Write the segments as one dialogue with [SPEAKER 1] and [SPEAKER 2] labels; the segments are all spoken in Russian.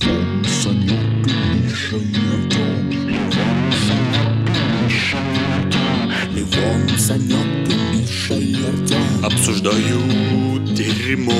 [SPEAKER 1] Левон, Санек и Миша Евдом. Левон, Санек и Миша Евдом. Обсуждают дерьмо.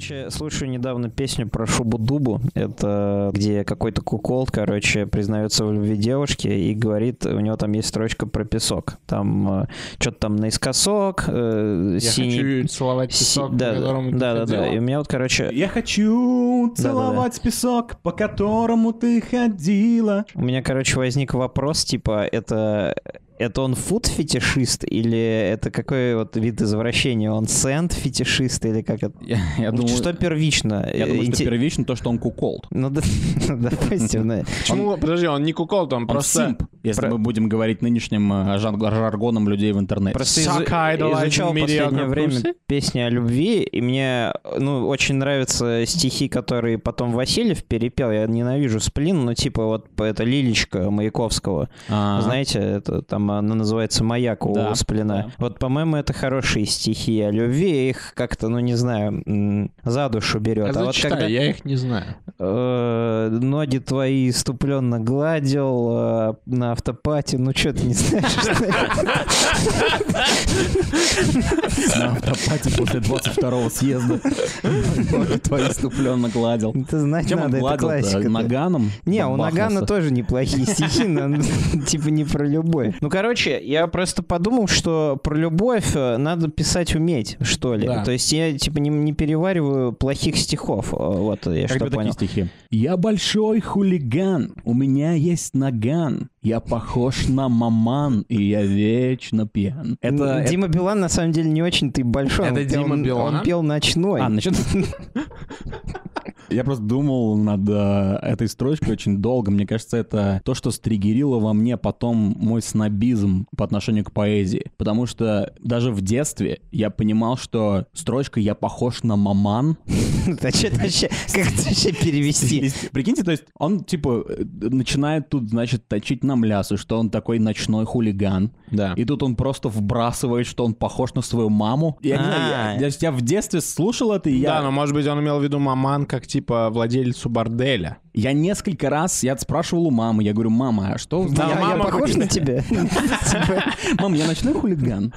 [SPEAKER 2] Короче, слушаю недавно песню про Шубу-Дубу. Это где какой-то кукол, короче, признается в любви девушки и говорит, у него там есть строчка про песок. Там что-то там наискосок, э,
[SPEAKER 3] Я
[SPEAKER 2] синий...
[SPEAKER 3] хочу целовать
[SPEAKER 2] си-
[SPEAKER 3] песок,
[SPEAKER 2] да,
[SPEAKER 3] по которому ты
[SPEAKER 2] да, да, да.
[SPEAKER 3] ходила.
[SPEAKER 2] И у меня вот,
[SPEAKER 4] Э,
[SPEAKER 2] короче,
[SPEAKER 5] Я хочу
[SPEAKER 2] Да-да-да.
[SPEAKER 5] целовать песок, по которому ты ходила.
[SPEAKER 2] У меня, короче, возник вопрос, типа, это, это он фуд-фетишист или это какой вот вид извращения? Он сент-фетишист или как это?
[SPEAKER 4] Я, я думаю,
[SPEAKER 2] Что первично? Э,
[SPEAKER 4] я думаю, что
[SPEAKER 2] Инте-
[SPEAKER 4] первично то, что он кукол.
[SPEAKER 2] Ну, да, допустим, да.
[SPEAKER 3] Почему? Подожди, он не кукол, он
[SPEAKER 4] Он
[SPEAKER 3] просто...
[SPEAKER 4] симп, если
[SPEAKER 2] про-
[SPEAKER 4] мы будем говорить нынешним э, жан- жаргоном людей в интернете.
[SPEAKER 2] Просто изу-
[SPEAKER 3] Suck idolizing
[SPEAKER 2] изучал последнее
[SPEAKER 3] mediocre
[SPEAKER 2] время
[SPEAKER 3] pussy?
[SPEAKER 2] песни о любви, и мне ну, очень нравятся стихи, которые потом Васильев перепел. Я ненавижу сплин, но типа вот это Лилечка Маяковского.
[SPEAKER 4] А,
[SPEAKER 2] Знаете, это там она называется «Маяк» у
[SPEAKER 4] Да,
[SPEAKER 2] Сплина.
[SPEAKER 4] да.
[SPEAKER 2] Вот, по-моему, это хорошие стихи о любви. Я Их как-то, ну, не знаю, м, за душу берет.
[SPEAKER 3] А
[SPEAKER 2] а вот
[SPEAKER 3] зачитай,
[SPEAKER 2] когда
[SPEAKER 3] я их не знаю.
[SPEAKER 2] э, ноги твои иступленно гладил э, на автопате, ну, что ты не знаешь, что ли?
[SPEAKER 4] на автопате после 22-го съезда. Ноги Твои иступленно гладил.
[SPEAKER 2] Это знать
[SPEAKER 4] Чем он
[SPEAKER 2] надо, это
[SPEAKER 4] гладил
[SPEAKER 2] классика.
[SPEAKER 4] Наганом?
[SPEAKER 2] Не, у
[SPEAKER 4] Бабахнулся.
[SPEAKER 2] Нагана тоже неплохие стихи, но типа не про любовь. Ну, короче, я просто подумал, что про любовь э, надо писать уметь, что ли.
[SPEAKER 3] Да.
[SPEAKER 2] То есть я типа не, не перевариваю плохих стихов. Э, Вот я
[SPEAKER 4] Как
[SPEAKER 2] что
[SPEAKER 4] бы такие
[SPEAKER 2] понял.
[SPEAKER 4] стихи. Я большой хулиган, у меня есть наган, я похож на маман, и я вечно пьян. Это...
[SPEAKER 2] М, Дима Билан на самом деле не очень-то и большой. Он
[SPEAKER 3] Это
[SPEAKER 2] пел-
[SPEAKER 3] Дима Билан?
[SPEAKER 2] Он пел ночной.
[SPEAKER 4] это- А, насчет- Я просто думал над э, этой строчкой очень долго. Мне кажется, это то, что стригерило во мне потом мой снобизм по отношению к поэзии. Потому что даже в детстве я понимал, что строчка «я похож на маман»
[SPEAKER 2] А чё это вообще? Как это вообще перевести?
[SPEAKER 4] Есть, Прикиньте, то есть он, типа, э, начинает тут, значит, точить нам лясы, что он такой ночной хулиган.
[SPEAKER 3] Да.
[SPEAKER 4] И тут он просто вбрасывает, что он похож на свою маму. Я не знаю, я-
[SPEAKER 2] А.
[SPEAKER 4] то есть я в детстве слушал это, и
[SPEAKER 3] Да, ну.
[SPEAKER 4] я,
[SPEAKER 3] но, может быть, он имел в виду маман как, типа, владельцу борделя.
[SPEAKER 4] я несколько раз, я спрашивал у мамы, я говорю, мама, а что...
[SPEAKER 2] Я-
[SPEAKER 3] Да,
[SPEAKER 2] я
[SPEAKER 3] мама
[SPEAKER 2] похож на тебя?
[SPEAKER 4] Мам, я ночной хулиган.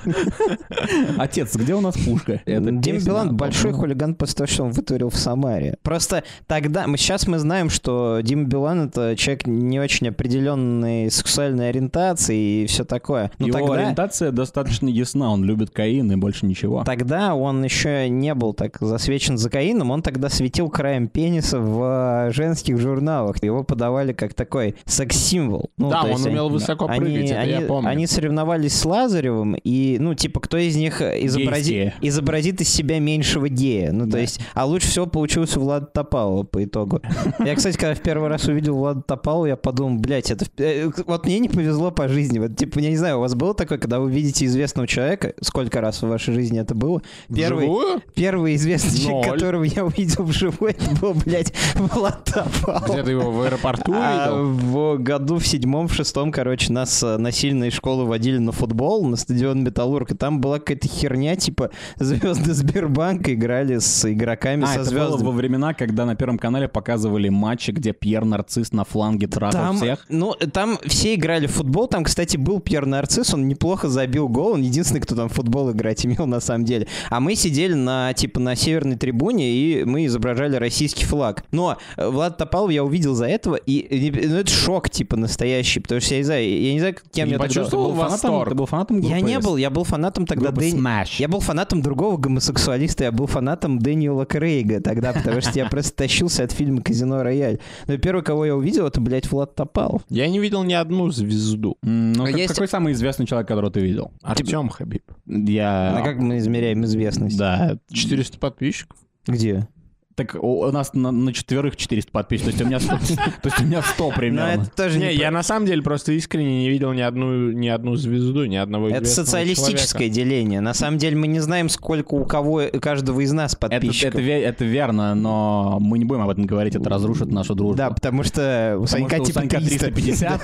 [SPEAKER 4] Отец, где у нас пушка? Это
[SPEAKER 2] Дим
[SPEAKER 4] песня
[SPEAKER 2] Билан
[SPEAKER 4] о-
[SPEAKER 2] большой хулиган после того, что он вытворил в Самаре. Просто тогда, мы сейчас мы знаем, что Дима Билан это человек не очень определенной сексуальной ориентации и все такое. Но
[SPEAKER 4] Его
[SPEAKER 2] Ну, тогда,
[SPEAKER 4] ориентация достаточно ясна, он любит каин и больше ничего.
[SPEAKER 2] тогда он еще не был так засвечен за Каином, он тогда светил краем пениса в э, женских журналах. Его подавали как такой секс-символ. Ну,
[SPEAKER 3] да,
[SPEAKER 2] то
[SPEAKER 3] он
[SPEAKER 2] есть
[SPEAKER 3] умел
[SPEAKER 2] они-
[SPEAKER 3] высоко
[SPEAKER 2] они-
[SPEAKER 3] прыгать, это
[SPEAKER 2] они,
[SPEAKER 3] я помню.
[SPEAKER 2] они соревновались с Лазаревым, и, ну, типа, кто из них изобразит,
[SPEAKER 4] Гейские.
[SPEAKER 2] изобразит из себя меньшего гея. Ну, то есть, а лучше всего получился Влад Топалова по итогу. Я, кстати, когда в первый раз увидел Влада Топалова, я подумал, блядь, это... в- э, Вот мне не повезло по жизни. Вот, типа, я не знаю, у вас было такое, когда вы видите известного человека, сколько раз в вашей жизни это было? Первый,
[SPEAKER 3] Вживую?
[SPEAKER 2] первый известный человек,
[SPEAKER 3] Ноль.
[SPEAKER 2] которого я увидел вживую, это был, блядь, Влад Топалов.
[SPEAKER 3] Где ты его в аэропорту
[SPEAKER 2] А,
[SPEAKER 3] видел?
[SPEAKER 2] в году в седьмом, в шестом, короче, нас э, насильно из школы водили на футбол, на стадион Металлург, и там была какая-то херня, типа звезды Сбербанка играли с игроками
[SPEAKER 4] А,
[SPEAKER 2] со
[SPEAKER 4] это
[SPEAKER 2] звездами.
[SPEAKER 4] было во времена, когда на Первом канале показывали матчи, где Пьер Нарцисс на фланге трахал
[SPEAKER 2] Там,
[SPEAKER 4] всех.
[SPEAKER 2] ну, там все играли в футбол. Там, кстати, был Пьер Нарцисс, он неплохо забил гол. Он единственный, кто там в футбол играть имел на самом деле. А мы сидели на, типа, на северной трибуне, и мы изображали российский флаг. Но э, Влад Топалов я увидел за этого, и, и, ну, это шок, типа, настоящий, потому что я не знаю, я не знаю, кем
[SPEAKER 3] Не
[SPEAKER 2] я тогда...
[SPEAKER 3] почувствовал
[SPEAKER 4] Ты был фанатом,
[SPEAKER 3] восторг.
[SPEAKER 4] ты был фанатом группы
[SPEAKER 2] Я не
[SPEAKER 4] S?
[SPEAKER 2] был, я был фанатом тогда
[SPEAKER 4] Группы
[SPEAKER 2] Дэни-
[SPEAKER 4] Smash.
[SPEAKER 2] Я был фанатом другого гомосексуалиста, я был фанатом Дэниела Крейга тогда, потому что я просто тащился от фильма «Казино Рояль». Но первый, кого я увидел, это, блядь, Влад Топалов.
[SPEAKER 3] Я не видел ни одну звезду.
[SPEAKER 4] М, ну,
[SPEAKER 2] А
[SPEAKER 4] как-
[SPEAKER 2] есть-
[SPEAKER 4] Какой самый известный человек, которого ты видел?
[SPEAKER 3] Артем Хабиб.
[SPEAKER 4] Я...
[SPEAKER 2] А как мы измеряем известность?
[SPEAKER 4] Да. Ну,
[SPEAKER 3] 400 подписчиков.
[SPEAKER 2] Где?
[SPEAKER 4] Так у у нас на, на четверых 400 подписчиков, то есть у меня 100, то есть у меня 100
[SPEAKER 2] Но
[SPEAKER 4] примерно.
[SPEAKER 2] Ну, это тоже
[SPEAKER 3] Не,
[SPEAKER 2] не
[SPEAKER 3] я на самом деле просто искренне не видел ни одну, ни одну звезду, ни одного
[SPEAKER 2] Это
[SPEAKER 3] известного
[SPEAKER 2] социалистическое деление. На самом деле мы не знаем, сколько у кого каждого из нас
[SPEAKER 4] Это,
[SPEAKER 2] подписчиков.
[SPEAKER 4] это ве- это верно, но мы не будем об этом говорить, это разрушит нашу дружбу.
[SPEAKER 2] Да, потому что у
[SPEAKER 4] Потому
[SPEAKER 2] Санька
[SPEAKER 4] что у
[SPEAKER 2] типа
[SPEAKER 4] Санька
[SPEAKER 2] 300.
[SPEAKER 4] 350,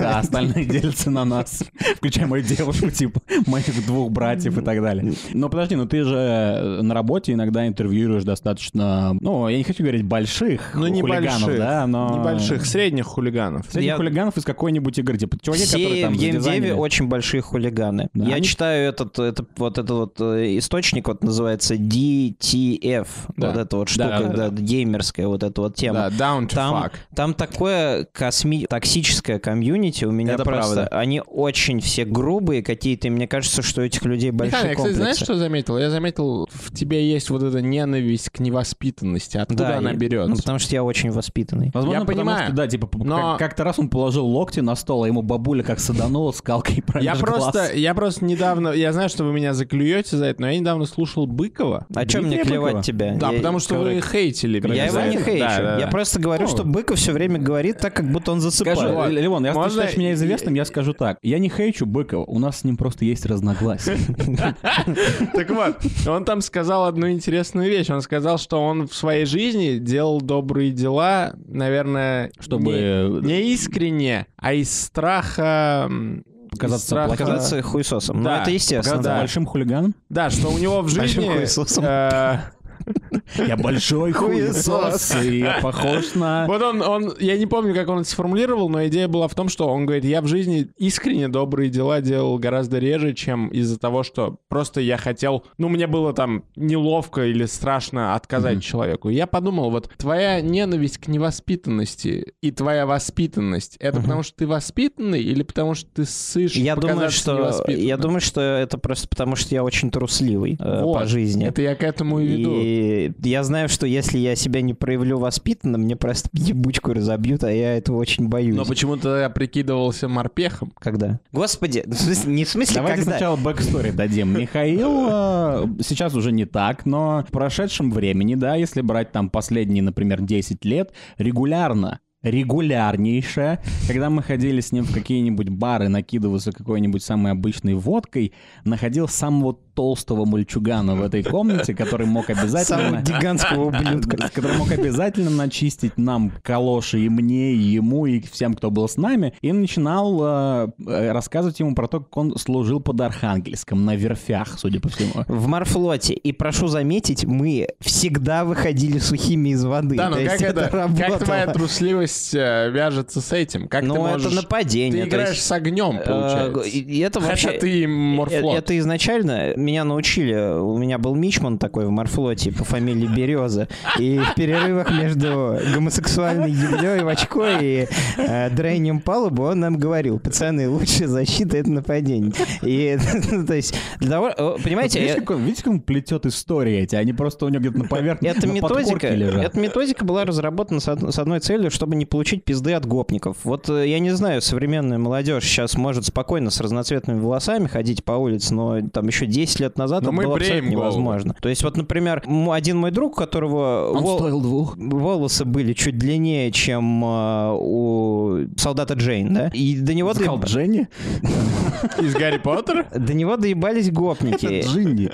[SPEAKER 4] а остальные делятся на нас, включая мою девушку, типа моих двух братьев и так далее. Но подожди, ну ты же на работе иногда интервьюируешь достаточно, ну, я не хочу говорить больших
[SPEAKER 3] человека. Ну, не
[SPEAKER 4] хулиганов,
[SPEAKER 3] больших,
[SPEAKER 4] да, но...
[SPEAKER 3] небольших, средних хулиганов.
[SPEAKER 4] Среди
[SPEAKER 2] Я-
[SPEAKER 4] хулиганов из какой-нибудь игры, типа человек, который
[SPEAKER 2] Все
[SPEAKER 4] там
[SPEAKER 2] в геймдеве
[SPEAKER 4] задизайнили.
[SPEAKER 2] очень большие хулиганы.
[SPEAKER 4] Да,
[SPEAKER 2] Я
[SPEAKER 4] они-
[SPEAKER 2] читаю этот, это, вот этот вот э, источник, вот называется DTF,
[SPEAKER 3] Да.
[SPEAKER 2] вот эта вот штука,
[SPEAKER 4] Да, да, да.
[SPEAKER 2] да, геймерская вот эта вот тема.
[SPEAKER 3] Да, down to
[SPEAKER 2] Там-
[SPEAKER 3] fuck.
[SPEAKER 2] Там такое косми... токсическое комьюнити у меня
[SPEAKER 4] Это
[SPEAKER 2] просто.
[SPEAKER 4] правда.
[SPEAKER 2] Они очень все грубые какие-то, и мне кажется, что у этих людей большие
[SPEAKER 3] Михаил, я, кстати,
[SPEAKER 2] комплексы.
[SPEAKER 3] знаешь, что заметил? Я заметил, в тебе есть вот эта ненависть к невоспитанности. Откуда
[SPEAKER 2] Да,
[SPEAKER 3] она
[SPEAKER 2] и-
[SPEAKER 3] берется?
[SPEAKER 2] Ну, потому что я очень воспитанный.
[SPEAKER 4] Возможно,
[SPEAKER 3] Я
[SPEAKER 4] потому
[SPEAKER 3] понимаю,
[SPEAKER 4] что, да, типа, п-
[SPEAKER 3] но-
[SPEAKER 4] как- как-то раз он положил локти на стол, а ему бабуля как саданула скалкой промеж
[SPEAKER 3] Я
[SPEAKER 4] глаз.
[SPEAKER 3] просто, я просто недавно, я знаю, что вы меня заклюете за это, но я недавно слушал Быкова.
[SPEAKER 2] А чем мне
[SPEAKER 4] Дмитрия Быкова?
[SPEAKER 2] клевать тебя?
[SPEAKER 3] Да,
[SPEAKER 2] Я-
[SPEAKER 3] потому что вы
[SPEAKER 2] Короче,
[SPEAKER 3] хейтили меня.
[SPEAKER 2] Я
[SPEAKER 3] за
[SPEAKER 2] его не
[SPEAKER 3] это.
[SPEAKER 2] хейчу.
[SPEAKER 3] Да, да,
[SPEAKER 2] я
[SPEAKER 3] да.
[SPEAKER 2] просто говорю,
[SPEAKER 3] Ну.
[SPEAKER 2] что Быков все время говорит так, как будто он засыпает.
[SPEAKER 4] Скажу,
[SPEAKER 3] Вот.
[SPEAKER 4] Л- Левон, я
[SPEAKER 3] Можно-
[SPEAKER 4] ты считаешь меня известным, я скажу так. Я не хейчу Быкова, у нас с ним просто есть разногласия.
[SPEAKER 3] Так вот, он там сказал одну интересную вещь. Он сказал, что он в своей жизни делал добрые дела, наверное,
[SPEAKER 4] Чтобы-
[SPEAKER 3] не, не искренне, а из страха... м, из
[SPEAKER 4] Показаться
[SPEAKER 3] страха-
[SPEAKER 4] плохим.
[SPEAKER 2] Казаться хуесосом.
[SPEAKER 3] Да.
[SPEAKER 2] Ну, это естественно.
[SPEAKER 4] Оказаться
[SPEAKER 3] да.
[SPEAKER 4] большим хулиганом?
[SPEAKER 3] Да, что у него в
[SPEAKER 2] Большим
[SPEAKER 3] жизни...
[SPEAKER 2] хуесосом.
[SPEAKER 3] э,
[SPEAKER 4] Я большой хуесос, и я похож на...
[SPEAKER 3] Вот он, он, я не помню, как он это сформулировал, но идея была в том, что он говорит, я в жизни искренне добрые дела делал гораздо реже, чем из-за того, что просто я хотел, ну, мне было там неловко или страшно отказать человеку. Я подумал, вот твоя ненависть к невоспитанности и твоя воспитанность, это потому что ты воспитанный или потому что ты ссышь
[SPEAKER 2] Я думаю,
[SPEAKER 3] показаться
[SPEAKER 2] что,
[SPEAKER 3] невоспитанным?
[SPEAKER 2] я думаю, что это просто потому, что я очень трусливый э,
[SPEAKER 3] Вот,
[SPEAKER 2] по жизни.
[SPEAKER 3] Это я к этому и веду.
[SPEAKER 2] И я знаю, что если я себя не проявлю воспитанно, мне просто ебучку разобьют, а я этого очень боюсь.
[SPEAKER 3] Но почему-то я прикидывался морпехом.
[SPEAKER 2] Когда? Господи, в смысле- не в смысле
[SPEAKER 4] Давайте
[SPEAKER 2] когда.
[SPEAKER 4] сначала бэкстори дадим. Михаил э, сейчас уже не так, но в прошедшем времени, да, если брать там последние, например, 10 лет, регулярно регулярнейшая, когда мы ходили с ним в какие-нибудь бары накидываться какой-нибудь самой обычной водкой, находил самого толстого мальчугана в этой комнате, который мог
[SPEAKER 2] Самого
[SPEAKER 4] обязательно...
[SPEAKER 2] гигантского ублюдка.
[SPEAKER 4] Да, который мог обязательно начистить нам калоши и мне, и ему, и всем, кто был с нами, и начинал э, э, рассказывать ему про то, как он служил под Архангельском на верфях, судя по всему.
[SPEAKER 2] В Марфлоте. И прошу заметить, мы всегда выходили сухими из воды.
[SPEAKER 3] Да,
[SPEAKER 2] но
[SPEAKER 3] но как, это, как твоя трусливость э, вяжется с этим? Как
[SPEAKER 2] ну,
[SPEAKER 3] ты
[SPEAKER 2] это
[SPEAKER 3] можешь...
[SPEAKER 2] нападение.
[SPEAKER 3] Ты
[SPEAKER 2] то
[SPEAKER 3] играешь
[SPEAKER 2] есть,
[SPEAKER 3] с огнем,
[SPEAKER 2] э,
[SPEAKER 3] получается.
[SPEAKER 2] и это
[SPEAKER 3] Хотя
[SPEAKER 2] вообще...
[SPEAKER 3] ты морфлот.
[SPEAKER 2] Э, Это изначально меня научили. У меня был мичман такой в морфлоте по фамилии Береза. И в перерывах между гомосексуальной еблей в очко и э, дрейнем палубу он нам говорил, пацаны, лучшая защита — это нападение. И, ну, то есть, для того... э, Понимаете...
[SPEAKER 4] Вот
[SPEAKER 2] э,
[SPEAKER 4] видишь, как он, видите, как он плетет истории эти? Они просто у него где-то на поверхности,
[SPEAKER 2] Эта
[SPEAKER 4] на
[SPEAKER 2] методика,
[SPEAKER 4] подкорке лежат.
[SPEAKER 2] эта методика была разработана с, од- с одной целью, чтобы не получить пизды от гопников. Вот э, я не знаю, современная молодежь сейчас может спокойно с разноцветными волосами ходить по улице, но там еще 10 лет назад
[SPEAKER 3] Но
[SPEAKER 2] это
[SPEAKER 3] мы
[SPEAKER 2] было
[SPEAKER 3] бреем
[SPEAKER 2] абсолютно
[SPEAKER 3] голову.
[SPEAKER 2] невозможно. То есть вот, например, м- один мой друг, у которого
[SPEAKER 4] Он
[SPEAKER 2] вол-
[SPEAKER 4] стоил двух.
[SPEAKER 2] волосы были чуть длиннее, чем э, у солдата Джейн, да? И до него,
[SPEAKER 4] Сказал
[SPEAKER 2] доеб-
[SPEAKER 4] Дженни?
[SPEAKER 3] Из Гарри Поттера?
[SPEAKER 2] до него доебались гопники.
[SPEAKER 4] Джинни.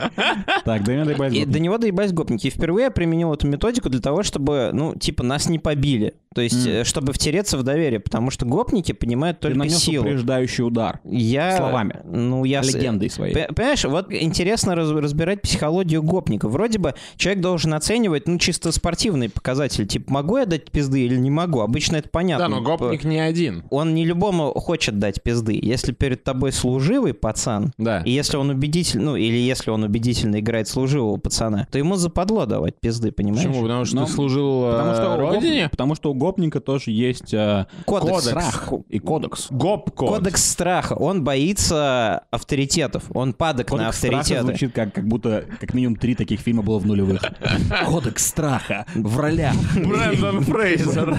[SPEAKER 4] Так, Дэмин Рибальд.
[SPEAKER 2] И до него доебались гопники. И впервые я применил эту методику для того, чтобы, ну, типа, нас не побили. То есть,
[SPEAKER 4] Мгм.
[SPEAKER 2] э, чтобы втереться в доверие, потому что гопники понимают
[SPEAKER 4] Ты
[SPEAKER 2] только
[SPEAKER 4] нанес
[SPEAKER 2] силу.
[SPEAKER 4] упреждающий удар.
[SPEAKER 2] Я...
[SPEAKER 4] Словами.
[SPEAKER 2] Ну, я... с-
[SPEAKER 4] Легендой своей.
[SPEAKER 2] П- Понимаешь, вот интересно раз- разбирать психологию гопника. Вроде бы человек должен оценивать, ну, чисто спортивные показатели. Типа, могу я дать пизды или не могу? Обычно это понятно. ну, Типа,
[SPEAKER 3] Да, но гопник не один.
[SPEAKER 2] Он не любому хочет дать пизды. Если перед тобой служивый пацан,
[SPEAKER 3] Да.
[SPEAKER 2] и если он убедительно, ну, или если он убедительно играет служивого пацана, то ему западло давать пизды, понимаешь?
[SPEAKER 3] Почему? Потому что
[SPEAKER 4] Но-
[SPEAKER 3] ты служил э,
[SPEAKER 4] Потому что, у
[SPEAKER 3] родине?
[SPEAKER 4] гоп- потому что у гопника тоже есть э,
[SPEAKER 2] Кодекс.
[SPEAKER 4] страх
[SPEAKER 2] Ко-
[SPEAKER 4] и кодекс.
[SPEAKER 3] Гоп-код.
[SPEAKER 2] Кодекс страха. Он боится авторитетов. Он падок на
[SPEAKER 4] Кодекс страха
[SPEAKER 2] авторитеты.
[SPEAKER 4] звучит как, как будто как минимум три таких фильма было в нулевых. Кодекс страха в ролях.
[SPEAKER 3] Брэндон Фрейзер.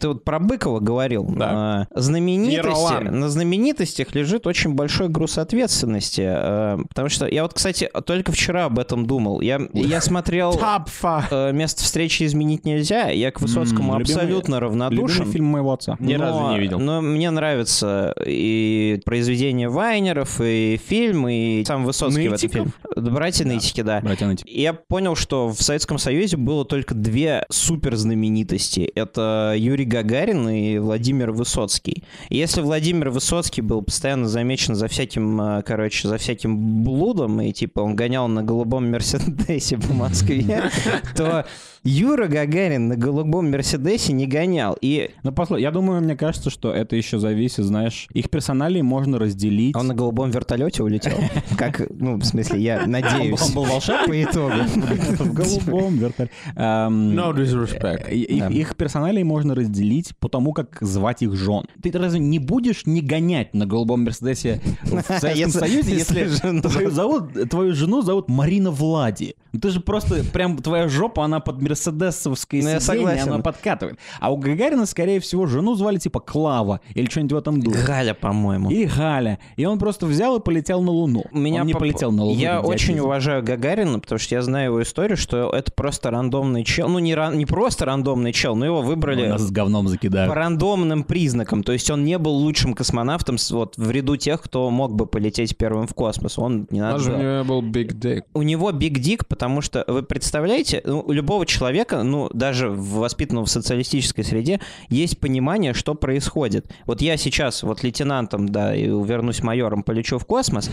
[SPEAKER 2] Ты вот про Быкова говорил.
[SPEAKER 3] Да.
[SPEAKER 2] А, Знаменитости,
[SPEAKER 3] Ералан.
[SPEAKER 2] на знаменитостях лежит очень большой груз ответственности. э, Потому что я вот, кстати, только вчера об этом думал. Я, я смотрел
[SPEAKER 3] Тапфа.
[SPEAKER 2] э, «Место встречи изменить нельзя». Я к Высоцкому
[SPEAKER 4] М, любимый-
[SPEAKER 2] абсолютно равнодушен.
[SPEAKER 4] Любимый фильм моего отца.
[SPEAKER 3] Ни разу не видел.
[SPEAKER 2] Но мне нравится и произведение Вайнеров, и фильм, и сам Высоцкий в этом
[SPEAKER 3] Нытиков?
[SPEAKER 2] фильме. Братья Нытики, да.
[SPEAKER 4] Братья Нытики.
[SPEAKER 2] Я понял, что в Советском Союзе было только две супер знаменитости. Это Юрий Гагарин и Владимир Высоцкий. И если Владимир Высоцкий был постоянно замечен за всяким, э, короче, за всяким блудом, и типа он гонял на голубом Мерседесе по Москве, то Юра Гагарин на голубом Мерседесе не гонял. И
[SPEAKER 4] Ну, послушай, я думаю, мне кажется, что это еще зависит, знаешь, их персоналии можно разделить.
[SPEAKER 2] А он на голубом вертолете улетел. Как, ну, в смысле, я надеюсь.
[SPEAKER 4] А Он был волшебник?
[SPEAKER 2] По итогу.
[SPEAKER 4] в голубом вертолете. Эм,
[SPEAKER 3] No disrespect.
[SPEAKER 4] э, и- Их,
[SPEAKER 2] Да.
[SPEAKER 4] их персоналии можно разделить по тому, как звать их жен. Ты разве не будешь не гонять на голубом Мерседесе в
[SPEAKER 2] Типа,
[SPEAKER 4] Советском
[SPEAKER 2] Если-
[SPEAKER 4] Союзе,
[SPEAKER 2] если
[SPEAKER 4] если
[SPEAKER 2] жену-
[SPEAKER 4] твою, зовут, твою жену зовут Марина Влади? Ну, Ты же просто прям твоя жопа, она под мерседесовское
[SPEAKER 2] Ну, я
[SPEAKER 4] сиденье,
[SPEAKER 2] согласен.
[SPEAKER 4] она подкатывает. А у Гагарина, скорее всего, жену звали типа Клава или что-нибудь в этом духе.
[SPEAKER 2] Галя, по-моему.
[SPEAKER 4] И Галя. И он просто взял и полетел на Луну.
[SPEAKER 2] У меня
[SPEAKER 4] он не
[SPEAKER 2] поп-
[SPEAKER 4] полетел на Луну.
[SPEAKER 2] Я
[SPEAKER 4] как
[SPEAKER 2] очень
[SPEAKER 4] идиотизм.
[SPEAKER 2] уважаю Гагарина, потому что я знаю его историю, что это просто рандомный чел. Ну, не, ран- не просто рандомный чел, но его выбрали
[SPEAKER 4] Нас с говном
[SPEAKER 2] по
[SPEAKER 4] закидают.
[SPEAKER 2] рандомным признакам. То есть он не был лучшим космонавтом с- вот, в ряду тех, кто мог бы полететь первым в космос. Он не надо.
[SPEAKER 3] Даже у
[SPEAKER 2] было.
[SPEAKER 3] него был Big Dick.
[SPEAKER 2] У него биг дик, потому что, вы представляете, ну, у любого человека, ну, даже в- воспитанного в социалистической среде, есть понимание, что происходит. Вот я сейчас вот лейтенантом, да, и вернусь майором, полечу в космос,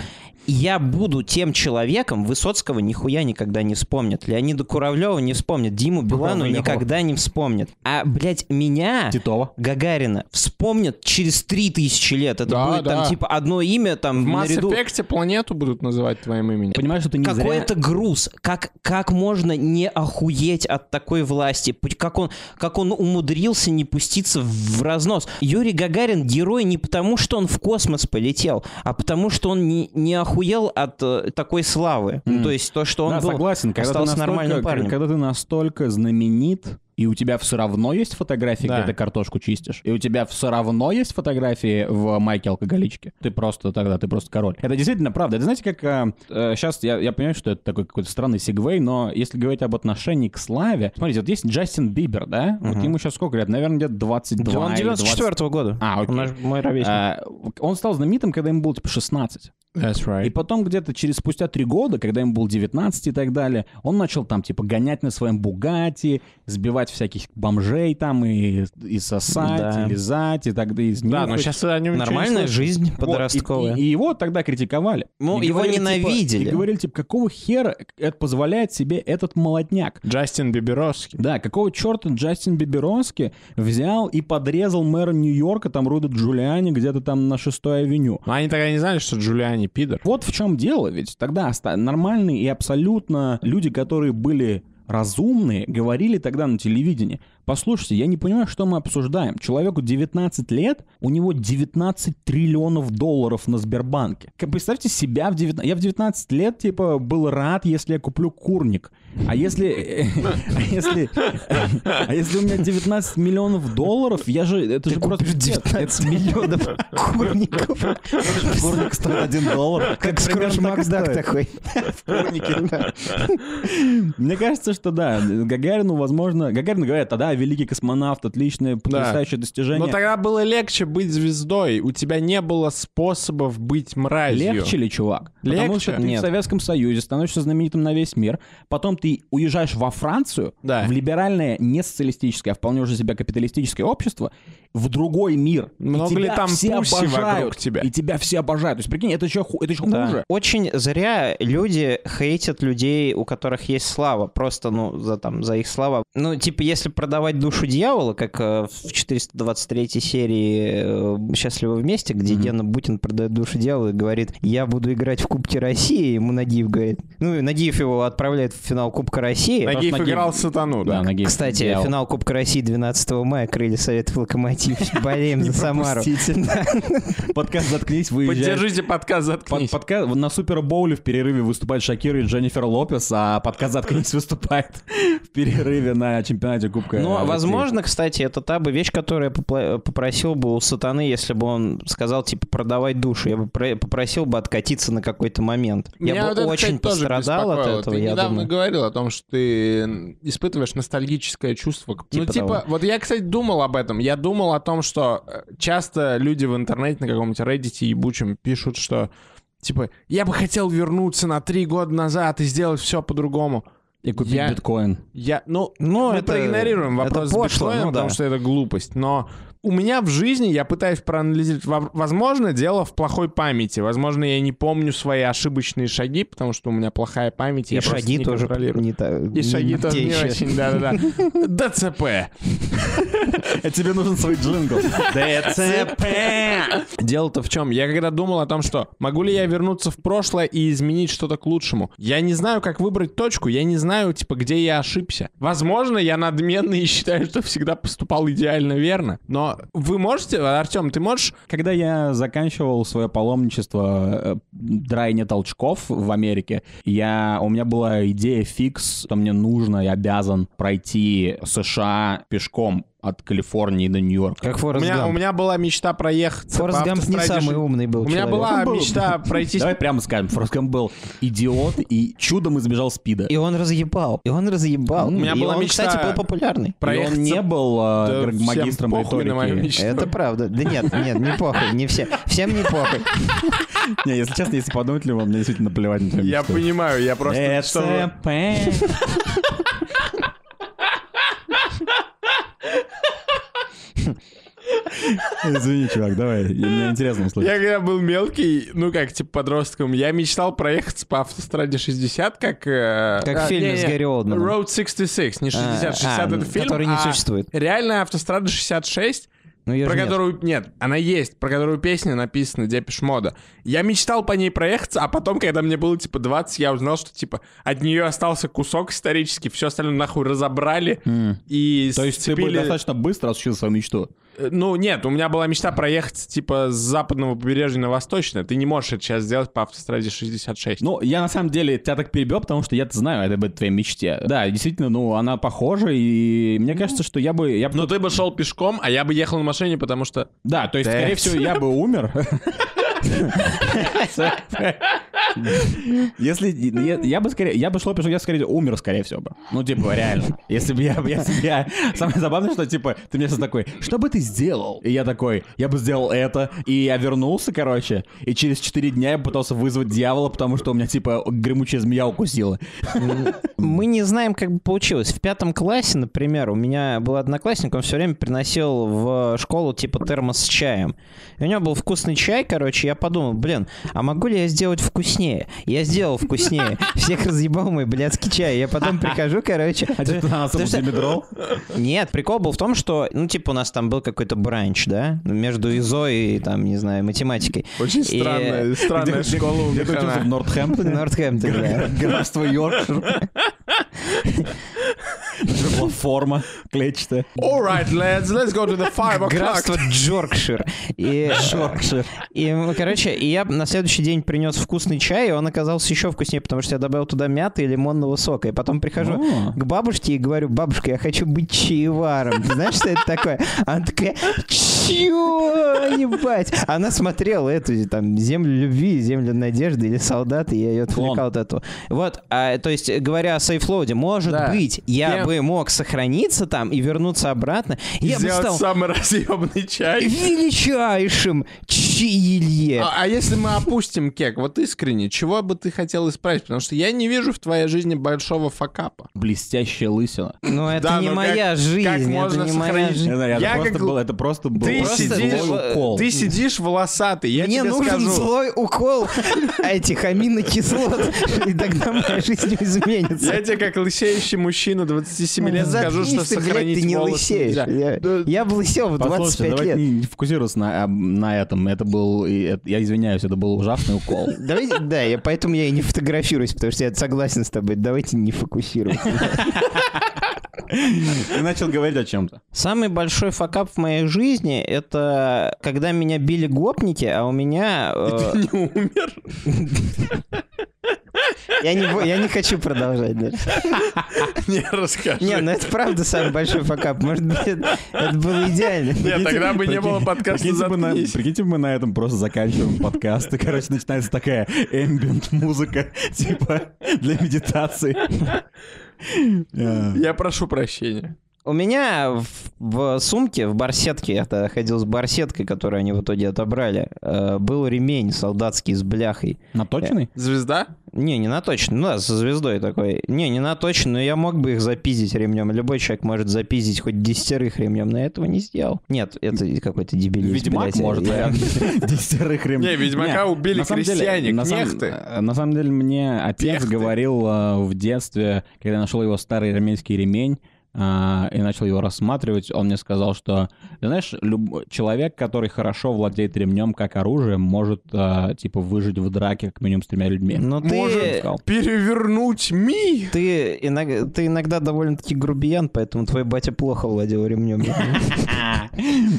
[SPEAKER 2] и я буду тем человеком, Высоцкого нихуя никогда не вспомнят, Леонида Куравлева не вспомнят, Диму
[SPEAKER 3] Ну,
[SPEAKER 2] Билану
[SPEAKER 4] Куравлёва.
[SPEAKER 2] никогда не вспомнят. А, блядь, меня...
[SPEAKER 3] Типа
[SPEAKER 4] Титова.
[SPEAKER 2] Гагарина вспомнят через 3000 лет. Это
[SPEAKER 3] Да,
[SPEAKER 2] будет там
[SPEAKER 3] да.
[SPEAKER 2] типа одно имя там
[SPEAKER 3] В Mass
[SPEAKER 2] наряду-
[SPEAKER 3] Effect планету будут называть твоим именем.
[SPEAKER 4] Понимаешь, что ты не
[SPEAKER 2] какой
[SPEAKER 4] зря...
[SPEAKER 2] это груз? Как, как можно не охуеть от такой власти? П- Как он, как он умудрился не пуститься в разнос? Юрий Гагарин герой не потому, что он в космос полетел, а потому, что он не, не охуел от э, такой славы. Ну,
[SPEAKER 4] М.
[SPEAKER 2] то есть то, что он
[SPEAKER 4] Да,
[SPEAKER 2] был,
[SPEAKER 4] согласен. Когда ты,
[SPEAKER 2] остался
[SPEAKER 4] настолько,
[SPEAKER 2] нормальным парнем.
[SPEAKER 4] когда ты настолько знаменит, и у тебя все равно есть фотографии,
[SPEAKER 3] Да.
[SPEAKER 4] где ты картошку чистишь, и у тебя все равно есть фотографии в майке алкоголички. Ты просто тогда, ты просто король. Это действительно правда. Это знаете, как сейчас я, я понимаю, что это такой какой-то странный сегвей, но если говорить об отношении к славе, смотрите, вот есть Джастин Бибер, да? Вот ему сейчас сколько лет? Наверное, где-то 22
[SPEAKER 2] Да он
[SPEAKER 4] или
[SPEAKER 2] 94 -го года.
[SPEAKER 4] А, окей.
[SPEAKER 2] Он наш- мой ровесник.
[SPEAKER 4] А, он стал знаменитым, когда ему было типа 16.
[SPEAKER 3] That's
[SPEAKER 4] И потом где-то через спустя три года, когда ему был 19 и так далее, он начал там типа гонять на своем Бугате, сбивать всяких бомжей там и, и сосать,
[SPEAKER 2] Да.
[SPEAKER 4] и лизать, и тогда и
[SPEAKER 3] Да,
[SPEAKER 4] изнюхать.
[SPEAKER 3] но сейчас о нем
[SPEAKER 2] Нормальная жизнь
[SPEAKER 4] Вот, и-
[SPEAKER 2] подростковая.
[SPEAKER 4] и, и его тогда критиковали.
[SPEAKER 2] Ну,
[SPEAKER 4] И
[SPEAKER 2] его
[SPEAKER 4] говорили, типа-
[SPEAKER 2] ненавидели.
[SPEAKER 4] и говорили, типа, какого хера это позволяет себе этот молодняк?
[SPEAKER 3] Джастин Биберовский.
[SPEAKER 4] Да, какого черта Джастин Биберовский взял и подрезал мэра Нью-Йорка, там Руда Джулиани, где-то там на 6 авеню?
[SPEAKER 3] Но они тогда не знали, что Джулиани пидор.
[SPEAKER 4] Вот в чем дело, ведь тогда оста- нормальные и абсолютно люди, которые были разумные, говорили тогда на телевидении, послушайте, я не понимаю, что мы обсуждаем. Человеку 19 лет, у него 19 триллионов долларов на Сбербанке. Как- Представьте себя в 19... Я в 19 лет, типа, был рад, если я куплю курник. А если... А если... А если у меня 19 миллионов долларов, я же... Это же просто... пиздец.
[SPEAKER 2] миллионов курников.
[SPEAKER 4] Курник стоит 1 доллар.
[SPEAKER 2] Как
[SPEAKER 4] примерно
[SPEAKER 2] Скрудж
[SPEAKER 4] так и
[SPEAKER 2] Макдак
[SPEAKER 4] стоит.
[SPEAKER 2] такой.
[SPEAKER 4] Мне кажется, что да, Гагарину, возможно... Гагарину говорят, а да, великий космонавт, отличное, потрясающее
[SPEAKER 3] Но
[SPEAKER 4] достижение.
[SPEAKER 3] тогда было легче быть звездой. У тебя не было способов быть мразью.
[SPEAKER 4] Легче ли, чувак? Потому
[SPEAKER 3] Легче?
[SPEAKER 4] что ты
[SPEAKER 2] Нет.
[SPEAKER 4] в Советском Союзе становишься знаменитым на весь мир, потом ты уезжаешь во Францию,
[SPEAKER 3] Да.
[SPEAKER 4] в либеральное, не социалистическое, а вполне уже себя капиталистическое общество, в другой мир. И
[SPEAKER 3] Много
[SPEAKER 4] тебя
[SPEAKER 3] ли там
[SPEAKER 4] все
[SPEAKER 3] пуси вокруг
[SPEAKER 4] обожают,
[SPEAKER 3] тебя?
[SPEAKER 4] И тебя все обожают. То есть, прикинь, это еще, ху- это еще
[SPEAKER 2] Да.
[SPEAKER 4] хуже.
[SPEAKER 2] Очень зря люди хейтят людей, у которых есть слава, просто, ну, за, там, за их слова. Ну, типа, если продавать душу дьявола, как э, в 423 серии э, «Счастливы вместе», где Гена Бутин продает душу дьявола и говорит, я буду играть в Кубке России, ему Нагиев говорит. Ну, и Нагиев его отправляет в финал Кубка России.
[SPEAKER 4] Нагиев
[SPEAKER 3] Нагиев
[SPEAKER 4] Нагиев-
[SPEAKER 3] играл сатану, да.
[SPEAKER 4] Да, Нагиев
[SPEAKER 2] Кстати,
[SPEAKER 4] сделал.
[SPEAKER 2] финал Кубка России 12 мая, крылья Советов Локомотив. Болеем за Самару.
[SPEAKER 4] Подкаст «Заткнись», выезжает.
[SPEAKER 3] Поддержите подкаст,
[SPEAKER 4] Под,
[SPEAKER 3] заткнись.
[SPEAKER 4] подка- На Супербоуле в перерыве выступает Шакира и Дженнифер Лопес, а подкаст «Заткнись» выступает в перерыве на чемпионате Кубка.
[SPEAKER 2] Ну,
[SPEAKER 4] России.
[SPEAKER 2] возможно, кстати, это та бы вещь, которую я попла- попросил бы у сатаны, если бы он сказал, типа, продавай душу. Я бы про- попросил бы откатиться на какой-то момент.
[SPEAKER 3] Меня
[SPEAKER 2] я
[SPEAKER 3] вот
[SPEAKER 2] бы
[SPEAKER 3] это,
[SPEAKER 2] очень
[SPEAKER 3] кстати, тоже
[SPEAKER 2] пострадал от
[SPEAKER 3] беспокоило.
[SPEAKER 2] этого,
[SPEAKER 3] Ты
[SPEAKER 2] я
[SPEAKER 3] недавно
[SPEAKER 2] думаю.
[SPEAKER 3] говорил о том, что ты испытываешь ностальгическое чувство. к- ну,
[SPEAKER 2] Типа
[SPEAKER 3] типа,
[SPEAKER 2] того.
[SPEAKER 3] вот я, кстати, думал об этом. Я думал о том, что э, часто люди в интернете на каком-нибудь Reddit ебучем пишут, что типа, я бы хотел вернуться на три года назад и сделать все по-другому.
[SPEAKER 4] И купить
[SPEAKER 3] Я-
[SPEAKER 4] биткоин.
[SPEAKER 3] Я, ну,
[SPEAKER 2] Ну,
[SPEAKER 3] мы
[SPEAKER 2] это-
[SPEAKER 3] проигнорируем
[SPEAKER 2] это
[SPEAKER 3] вопрос с
[SPEAKER 2] пошло,
[SPEAKER 3] биткоином,
[SPEAKER 2] ну
[SPEAKER 3] потому
[SPEAKER 2] да.
[SPEAKER 3] что это глупость. Но у меня в жизни, я пытаюсь проанализировать, во- возможно, дело в плохой памяти. Возможно, я не помню свои ошибочные шаги, потому что у меня плохая память,
[SPEAKER 2] И
[SPEAKER 3] я просто
[SPEAKER 2] шаги
[SPEAKER 3] не
[SPEAKER 2] тоже
[SPEAKER 3] контролирую.
[SPEAKER 2] не та-
[SPEAKER 3] И
[SPEAKER 2] не
[SPEAKER 3] шаги
[SPEAKER 2] те
[SPEAKER 3] тоже не
[SPEAKER 2] еще.
[SPEAKER 3] очень, да-да-да. ДЦП.
[SPEAKER 4] А Тебе нужен свой джингл.
[SPEAKER 3] ДЦП. Дело-то в чем? Я когда думал о том, что могу ли я вернуться в прошлое и изменить что-то к лучшему, я не знаю, как выбрать точку, я не знаю, типа, где я ошибся. Возможно, я надменный и считаю, что всегда поступал идеально верно. Но вы можете, Артем, ты можешь...
[SPEAKER 4] Когда я заканчивал свое паломничество э, драйне толчков в Америке, я, у меня была идея фикс, что мне нужно и обязан пройти США пешком от Калифорнии до Нью-Йорка.
[SPEAKER 2] Как
[SPEAKER 3] У
[SPEAKER 2] Форест
[SPEAKER 3] меня, у
[SPEAKER 2] Гамп.
[SPEAKER 3] меня была мечта проехаться
[SPEAKER 2] Форест
[SPEAKER 3] по
[SPEAKER 2] Гамп не
[SPEAKER 3] автостраде
[SPEAKER 2] самый
[SPEAKER 3] Ж-
[SPEAKER 2] умный был
[SPEAKER 3] У меня
[SPEAKER 2] человек.
[SPEAKER 3] была
[SPEAKER 4] был.
[SPEAKER 3] мечта пройтись...
[SPEAKER 4] Давай прямо скажем, Форест Гамп был идиот и чудом избежал спида.
[SPEAKER 2] И он разъебал, и он разъебал.
[SPEAKER 4] У
[SPEAKER 3] меня
[SPEAKER 2] и
[SPEAKER 3] была
[SPEAKER 2] он,
[SPEAKER 3] мечта-
[SPEAKER 2] кстати, был популярный.
[SPEAKER 4] И он не был э,
[SPEAKER 3] Да
[SPEAKER 4] гр-
[SPEAKER 3] всем
[SPEAKER 4] магистром
[SPEAKER 3] похуй на мою
[SPEAKER 4] риторики.
[SPEAKER 3] мечту.
[SPEAKER 2] Это правда. Да нет, нет, не похуй, не все. Всем не похуй.
[SPEAKER 4] Не, если честно, если подумать, ли мне действительно плевать на твою
[SPEAKER 3] Я
[SPEAKER 4] мечту.
[SPEAKER 3] понимаю, я просто... чтобы-
[SPEAKER 4] ДЦП. Извини, чувак, давай. я- Мне интересно услышать.
[SPEAKER 3] Я когда был мелкий, ну как, типа подростком, я мечтал проехаться по автостраде 60, как... э,
[SPEAKER 2] Как в
[SPEAKER 3] а,
[SPEAKER 2] фильме
[SPEAKER 3] не-не,
[SPEAKER 2] с Гарри Олдманом.
[SPEAKER 3] Road 66, не 60,
[SPEAKER 2] А,
[SPEAKER 3] 60
[SPEAKER 2] а,
[SPEAKER 3] это фильм.
[SPEAKER 2] который не
[SPEAKER 3] а
[SPEAKER 2] существует.
[SPEAKER 3] Реальная автострада 66,
[SPEAKER 2] Ну, её
[SPEAKER 3] про
[SPEAKER 2] же нет.
[SPEAKER 3] которую... Нет, она есть, про которую песня написана Депиш Мода. Я мечтал по ней проехаться, а потом, когда мне было, типа, 20, я узнал, что, типа, от нее остался кусок исторический, все остальное нахуй разобрали и
[SPEAKER 4] То есть ты бы
[SPEAKER 3] сцепили-
[SPEAKER 4] достаточно быстро осуществил свою мечту.
[SPEAKER 3] Э, Ну, нет, у меня была мечта проехать, типа, с западного побережья на восточное. Ты не можешь это сейчас сделать по автостраде 66.
[SPEAKER 4] Ну, я на самом деле тебя так перебил, потому что я-то знаю это об твоей мечте. Да, действительно, ну, она похожа, и мне кажется, что я бы... Я... бы-
[SPEAKER 3] но Ну, ты бы шел пешком, а я бы ехал на машине, потому что...
[SPEAKER 4] Да, то есть,
[SPEAKER 3] Да.
[SPEAKER 4] скорее всего, я бы умер. Если я, я бы скорее, я бы шел пешком, я скорее умер, скорее всего бы. Ну, типа, реально. Если бы я, если бы я... Самое забавное, что, типа, ты мне сейчас такой, что бы ты сделал? И я такой, я бы сделал это, и я вернулся, короче, и через 4 дня я пытался вызвать дьявола, потому что у меня, типа, гремучая змея укусила.
[SPEAKER 2] Мы не знаем, как бы получилось. В пятом классе, например, у меня был одноклассник, он все время приносил в школу типа термос с чаем. И у него был вкусный чай, короче, я подумал, блин, а могу ли я сделать вкуснее? Я сделал вкуснее. Всех разъебал мой блядский чай. Я потом прихожу, короче...
[SPEAKER 4] А тебе на нас
[SPEAKER 2] потому что-
[SPEAKER 4] Димедрол?
[SPEAKER 2] Нет, прикол был в том, что, ну, типа, у нас там был какой-то бранч, да, между ИЗО и, там, не знаю, математикой.
[SPEAKER 3] Очень
[SPEAKER 2] И-
[SPEAKER 3] странная, странная школа у
[SPEAKER 4] Я
[SPEAKER 3] Михана.
[SPEAKER 4] учился в Нортхэмптоне.
[SPEAKER 2] Нортхэмптон, да.
[SPEAKER 4] Графство Йоркшир. Это была форма клетчатая.
[SPEAKER 3] All right, lads, let's go to the five o'clock.
[SPEAKER 2] Графство Джоркшир. И,
[SPEAKER 4] Йоркшир.
[SPEAKER 2] и, ну, короче, и я на следующий день принес вкусный чай, и он оказался еще вкуснее, потому что я добавил туда мяты и лимонного сока. И потом прихожу
[SPEAKER 4] О.
[SPEAKER 2] к бабушке и говорю, бабушка, я хочу быть чаеваром. Ты знаешь, что это такое? Она такая, чё, ебать? Она смотрела эту, там, землю любви, землю надежды или солдаты, я ее отвлекал от этого. Вот, а, то есть, говоря о сейфлоуде, может
[SPEAKER 3] Да.
[SPEAKER 2] быть, я
[SPEAKER 3] Я-
[SPEAKER 2] бы мог сохраниться там и вернуться обратно, и я бы
[SPEAKER 3] Сделать
[SPEAKER 2] стал
[SPEAKER 3] самый разъемный чай.
[SPEAKER 2] величайшим чаилье.
[SPEAKER 3] А, а если мы опустим кек, вот искренне, чего бы ты хотел исправить? Потому что я не вижу в твоей жизни большого факапа.
[SPEAKER 4] Блестящая лысина.
[SPEAKER 2] Ну, это
[SPEAKER 3] Да,
[SPEAKER 2] не
[SPEAKER 3] ну как-
[SPEAKER 2] моя
[SPEAKER 3] как
[SPEAKER 2] жизнь.
[SPEAKER 3] можно
[SPEAKER 2] это не моя
[SPEAKER 3] сохранить?
[SPEAKER 4] Я
[SPEAKER 2] жизнь.
[SPEAKER 4] не знаю,
[SPEAKER 3] Я
[SPEAKER 4] это просто
[SPEAKER 3] как
[SPEAKER 4] был, это просто был
[SPEAKER 3] Ты
[SPEAKER 4] просто
[SPEAKER 3] сидишь- э,
[SPEAKER 4] злой укол.
[SPEAKER 3] Ты сидишь волосатый, я
[SPEAKER 2] Мне
[SPEAKER 3] тебе
[SPEAKER 2] нужен
[SPEAKER 3] скажу.
[SPEAKER 2] злой укол этих аминокислот, и тогда моя жизнь изменится.
[SPEAKER 3] Я тебе как лысеющий мужчина 27 лет скажу, что
[SPEAKER 2] заткнись ты, блядь,
[SPEAKER 3] сохранить
[SPEAKER 2] ты не
[SPEAKER 3] волосы
[SPEAKER 2] лысеешь.
[SPEAKER 3] нельзя.
[SPEAKER 2] Я,
[SPEAKER 3] Да,
[SPEAKER 2] я бы лысел в 25
[SPEAKER 4] Послушайте, давайте
[SPEAKER 2] лет.
[SPEAKER 4] не фокусироваться на, об- на этом. Это был, и это- я извиняюсь, это был ужасный укол.
[SPEAKER 2] Давайте, да, я, поэтому я и не фотографируюсь, потому что я согласен с тобой. Давайте не фокусируемся.
[SPEAKER 4] Ты начал говорить о чем-то.
[SPEAKER 2] Самый большой факап в моей жизни — это когда меня били гопники, а у меня... э,
[SPEAKER 3] Не умер.
[SPEAKER 2] Я не, бо- я не хочу продолжать даже.
[SPEAKER 3] Не расскажи.
[SPEAKER 2] Не, ну это правда самый большой факап. Может быть, это, это было идеально.
[SPEAKER 3] Нет, тогда бы не
[SPEAKER 4] прикинь-
[SPEAKER 3] было подкаста
[SPEAKER 4] Прикиньте мы, на,
[SPEAKER 3] «Заткнись».
[SPEAKER 4] прикиньте, мы на этом просто заканчиваем подкаст. И, короче, начинается такая эмбиент музыка, типа, для медитации. А.
[SPEAKER 3] Я прошу прощения.
[SPEAKER 2] У меня в, в сумке, в барсетке, я тогда ходил с барсеткой, которую они в итоге отобрали, э, был ремень солдатский с бляхой.
[SPEAKER 4] Наточенный?
[SPEAKER 3] Звезда?
[SPEAKER 2] Не, не наточен. Ну да, со звездой такой. Не, не наточен, но я мог бы их запиздить ремнем. Любой человек может запиздить хоть десятерых ремнем, но я этого не сделал. Нет, это какой-то дебилизм.
[SPEAKER 4] Ведьмак
[SPEAKER 2] блядь.
[SPEAKER 4] может.
[SPEAKER 2] Я-
[SPEAKER 4] Десятерых ремней.
[SPEAKER 3] Не, Ведьмака убили
[SPEAKER 4] на самом деле,
[SPEAKER 3] крестьяне,
[SPEAKER 4] на самом-
[SPEAKER 3] кнехты.
[SPEAKER 4] э, На самом деле, мне отец
[SPEAKER 3] Кнехты.
[SPEAKER 4] говорил э, в детстве, когда я нашел его старый армейский ремень, а, и начал его рассматривать, он мне сказал, что, ты знаешь, люб- человек, который хорошо владеет ремнем как оружием, может, а, типа, выжить в драке как минимум с тремя людьми.
[SPEAKER 2] Но Ну ты...
[SPEAKER 3] Может,
[SPEAKER 4] сказал.
[SPEAKER 3] Перевернуть ми?
[SPEAKER 2] Ты иногда, ты иногда довольно-таки грубиян, поэтому твой батя плохо владел ремнем.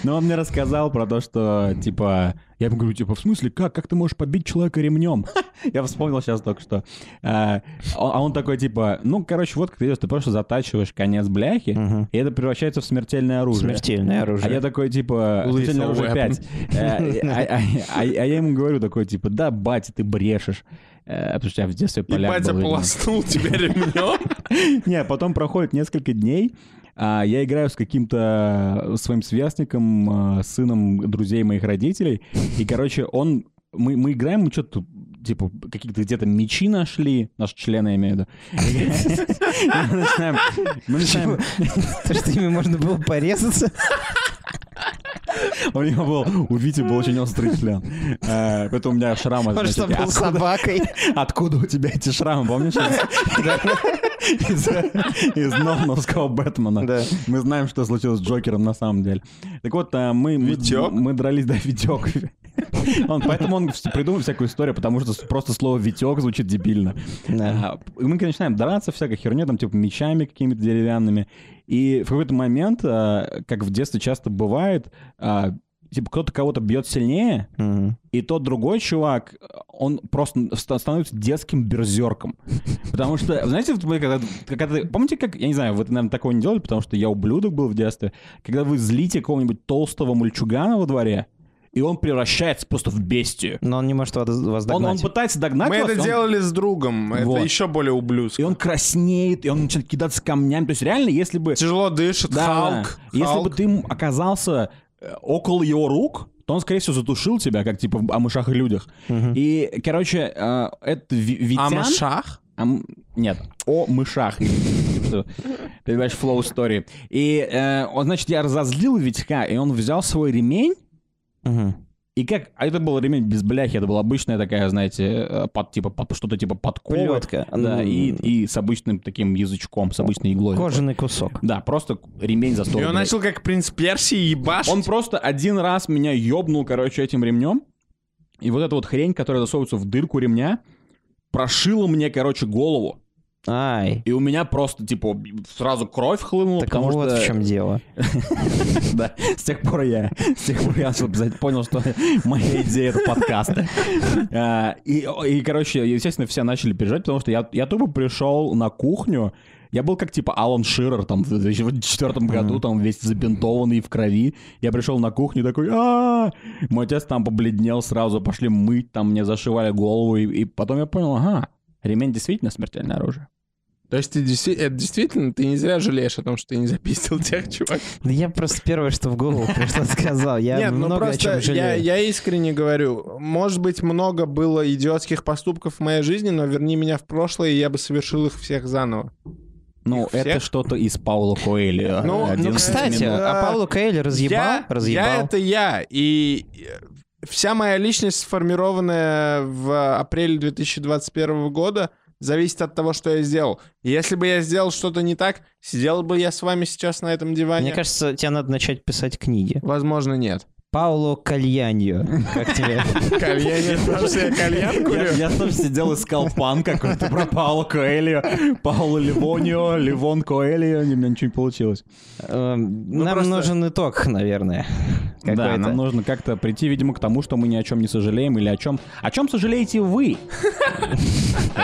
[SPEAKER 4] Но он мне рассказал про то, что, типа, я ему говорю, типа, в смысле, как? Как ты можешь побить человека ремнем? Я вспомнил сейчас только что. А он а он такой, типа, ну, короче, вот как ты идешь, ты просто затачиваешь конец бляхи,
[SPEAKER 2] Мгм.
[SPEAKER 4] и это превращается в смертельное оружие.
[SPEAKER 2] Смертельное
[SPEAKER 4] А я
[SPEAKER 2] оружие.
[SPEAKER 4] такой, типа,
[SPEAKER 3] Lethal
[SPEAKER 4] «Смертельное оружие
[SPEAKER 3] weapon».
[SPEAKER 4] 5. Э, А а- а- а я ему говорю такой, типа, да, батя, ты брешешь. Э, Потому что я в детстве
[SPEAKER 3] И
[SPEAKER 4] поляк
[SPEAKER 3] батя
[SPEAKER 4] был, видимо.
[SPEAKER 3] полоснул тебя ремнем?
[SPEAKER 4] Не, потом проходит несколько дней, а я играю с каким-то э, своим сверстником, а, сыном друзей моих родителей, и, короче, он... Мы, мы играем, мы что-то типа, какие-то где-то мечи нашли, наши члены, я имею в виду. И Мы начинаем- мы начинаем...
[SPEAKER 2] То, что ими можно было порезаться.
[SPEAKER 4] У него был... У Вити был очень острый член. Э, Поэтому у меня шрамы...
[SPEAKER 2] Может,
[SPEAKER 4] знаете,
[SPEAKER 2] что был
[SPEAKER 4] откуда-
[SPEAKER 2] собакой.
[SPEAKER 4] Откуда у тебя эти шрамы, помнишь? Из, из Нолановского Бэтмена.
[SPEAKER 2] Да.
[SPEAKER 4] Мы знаем, что случилось с Джокером на самом деле. Так вот, а, мы, мы,
[SPEAKER 3] Витёк?
[SPEAKER 4] мы дрались, да, Витек. Он, поэтому он вс- придумал всякую историю, потому что с- просто слово «Витек» звучит дебильно.
[SPEAKER 2] Да.
[SPEAKER 4] А, и мы конечно, начинаем драться всякой херней, там, типа, мечами какими-то деревянными. И в какой-то момент, а, как в детстве часто бывает, а, типа, кто-то кого-то бьет сильнее, и тот другой чувак, он просто ста- становится детским берзерком. Потому что, знаете, вот вы когда, когда ты, помните, как, я не знаю, вы, наверное, такого не делали, потому что я ублюдок был в детстве, когда вы злите какого-нибудь толстого мульчугана во дворе, и он превращается просто в бестию.
[SPEAKER 2] Но он не может вас- вас
[SPEAKER 4] Он, он
[SPEAKER 2] догнать.
[SPEAKER 4] пытается догнать
[SPEAKER 3] Мы
[SPEAKER 4] вас,
[SPEAKER 3] это
[SPEAKER 4] и он-
[SPEAKER 3] делали с другом. Это
[SPEAKER 4] Вот.
[SPEAKER 3] еще более
[SPEAKER 4] и
[SPEAKER 3] ублюдско.
[SPEAKER 4] он краснеет, и он начинает кидаться камнями. То есть реально, если бы...
[SPEAKER 3] Тяжело дышит,
[SPEAKER 4] Да,
[SPEAKER 3] Халк.
[SPEAKER 4] да. Если бы
[SPEAKER 3] Халк.
[SPEAKER 4] ты м- оказался э, около его рук, то он, скорее всего, затушил тебя, как типа в- о мышах и людях. И, короче, э, это Ви- Витян...
[SPEAKER 3] А Машах?
[SPEAKER 4] Ам- Нет, о мышах. Типа что, Ты понимаешь, флоу story. И э, он, значит, я разозлил Витька, и он взял свой ремень,
[SPEAKER 2] Мгм.
[SPEAKER 4] и как... А это был ремень без бляхи, это была обычная такая, знаете, э, под, типа, под- что-то типа подковы.
[SPEAKER 2] Плётка.
[SPEAKER 4] Да,
[SPEAKER 2] М.
[SPEAKER 4] и, и с обычным таким язычком, с обычной иглой.
[SPEAKER 2] Кожаный кусок.
[SPEAKER 4] Да, просто ремень за 100
[SPEAKER 3] И он
[SPEAKER 4] рублей.
[SPEAKER 3] начал как принц Персии ебашить.
[SPEAKER 4] Он просто один раз меня ёбнул, короче, этим ремнем. И вот эта вот хрень, которая засовывается в дырку ремня, прошила мне, короче, голову.
[SPEAKER 2] Ай.
[SPEAKER 4] И у меня просто, типа, сразу кровь хлынула,
[SPEAKER 2] Так а
[SPEAKER 4] потому
[SPEAKER 2] вот
[SPEAKER 4] что...
[SPEAKER 2] в чем дело.
[SPEAKER 4] Да, с тех пор я, с тех пор я начал писать, понял, что моя идея — это подкасты. А, И, и, короче, естественно, все начали переживать, потому что я, я тупо пришел на кухню, я был как типа Алан Ширер там в 2004 году, там весь забинтованный в крови. Я пришел на кухню и такой, а Мой отец там побледнел сразу, пошли мыть, там мне зашивали голову. И, и потом я понял, ага, ремень действительно смертельное оружие.
[SPEAKER 3] То есть ты действи- это действительно, ты не зря жалеешь о том, что ты не запиздил тех чувак.
[SPEAKER 2] Да я просто первое, что в голову пришло, сказал. Я
[SPEAKER 3] Нет, ну
[SPEAKER 2] много о
[SPEAKER 3] просто
[SPEAKER 2] чем
[SPEAKER 3] я,
[SPEAKER 2] жалею.
[SPEAKER 3] я искренне говорю, может быть, много было идиотских поступков в моей жизни, но верни меня в прошлое, и я бы совершил их всех заново.
[SPEAKER 4] Ну,
[SPEAKER 3] Их
[SPEAKER 4] это
[SPEAKER 3] всех?
[SPEAKER 4] что-то из Паула Коэля.
[SPEAKER 3] Ну, ну,
[SPEAKER 4] «Одиннадцать
[SPEAKER 2] Кстати,
[SPEAKER 4] минут».
[SPEAKER 2] а
[SPEAKER 3] Э,
[SPEAKER 2] Пауло Коэль разъебал?
[SPEAKER 3] я, я
[SPEAKER 2] Разъебал.
[SPEAKER 3] это я, и э, вся моя личность, сформированная в апреле 2021 года, зависит от того, что я сделал. И Если бы я сделал что-то не так, сидел бы я с вами сейчас на этом диване.
[SPEAKER 2] Мне кажется, тебе надо начать писать книги.
[SPEAKER 3] Возможно, нет.
[SPEAKER 2] Пауло Кальяньо. Как тебе?
[SPEAKER 3] Кальян, я кальян
[SPEAKER 4] Я, я там сидел, искал пан какой-то про Пауло Коэльо, Пауло Ливонио, Ливон Коэльо, и у меня ничего не получилось.
[SPEAKER 2] Эм, Нам
[SPEAKER 3] Ну, просто-
[SPEAKER 2] нужен итог, наверное.
[SPEAKER 4] Да,
[SPEAKER 2] какой-то.
[SPEAKER 4] нам нужно как-то прийти, видимо, к тому, что мы ни о чем не сожалеем, или о чем... О чем сожалеете вы?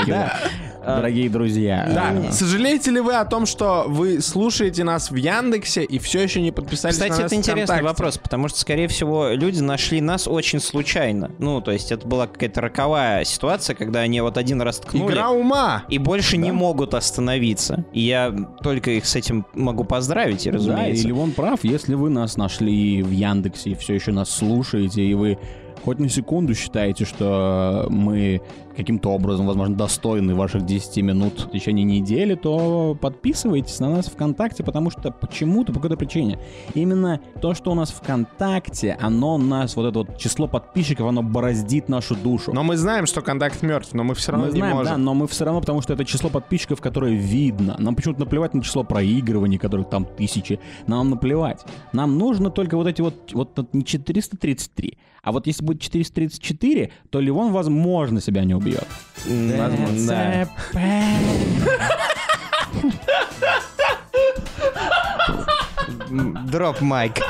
[SPEAKER 4] Да,
[SPEAKER 2] Э,
[SPEAKER 4] Дорогие друзья.
[SPEAKER 3] Да, сожалеете ли вы о том, что вы слушаете нас в Яндексе и все еще не подписались на
[SPEAKER 2] Кстати,
[SPEAKER 3] нас
[SPEAKER 2] это интересный
[SPEAKER 3] ВКонтакте?
[SPEAKER 2] вопрос, потому что, скорее всего, люди нашли нас очень случайно. Ну, то есть это была какая-то роковая ситуация, когда они вот один раз ткнули.
[SPEAKER 3] Игра ума.
[SPEAKER 2] И больше не могут остановиться. И я только их с этим могу поздравить,
[SPEAKER 4] Ну Да,
[SPEAKER 2] разумеется.
[SPEAKER 4] или он прав, если вы нас нашли в Яндексе и все еще нас слушаете, и вы хоть на секунду считаете, что мы каким-то образом, возможно, достойны ваших 10 минут в течение недели, то подписывайтесь на нас ВКонтакте, потому что почему-то, по какой-то причине, именно то, что у нас ВКонтакте, оно нас, вот это вот число подписчиков, оно бороздит нашу душу.
[SPEAKER 3] Но мы знаем, что контакт мертв, но мы все равно
[SPEAKER 4] Мы
[SPEAKER 3] не
[SPEAKER 4] знаем, да,
[SPEAKER 3] можем.
[SPEAKER 4] но мы все равно, потому что это число подписчиков, которое видно. Нам почему-то наплевать на число проигрываний, которых там тысячи. Нам наплевать. Нам нужно только вот эти вот, вот тут не 433, а вот если будет 434, то Ливон, возможно, себя не убьет.
[SPEAKER 2] М, да. Дроп майк.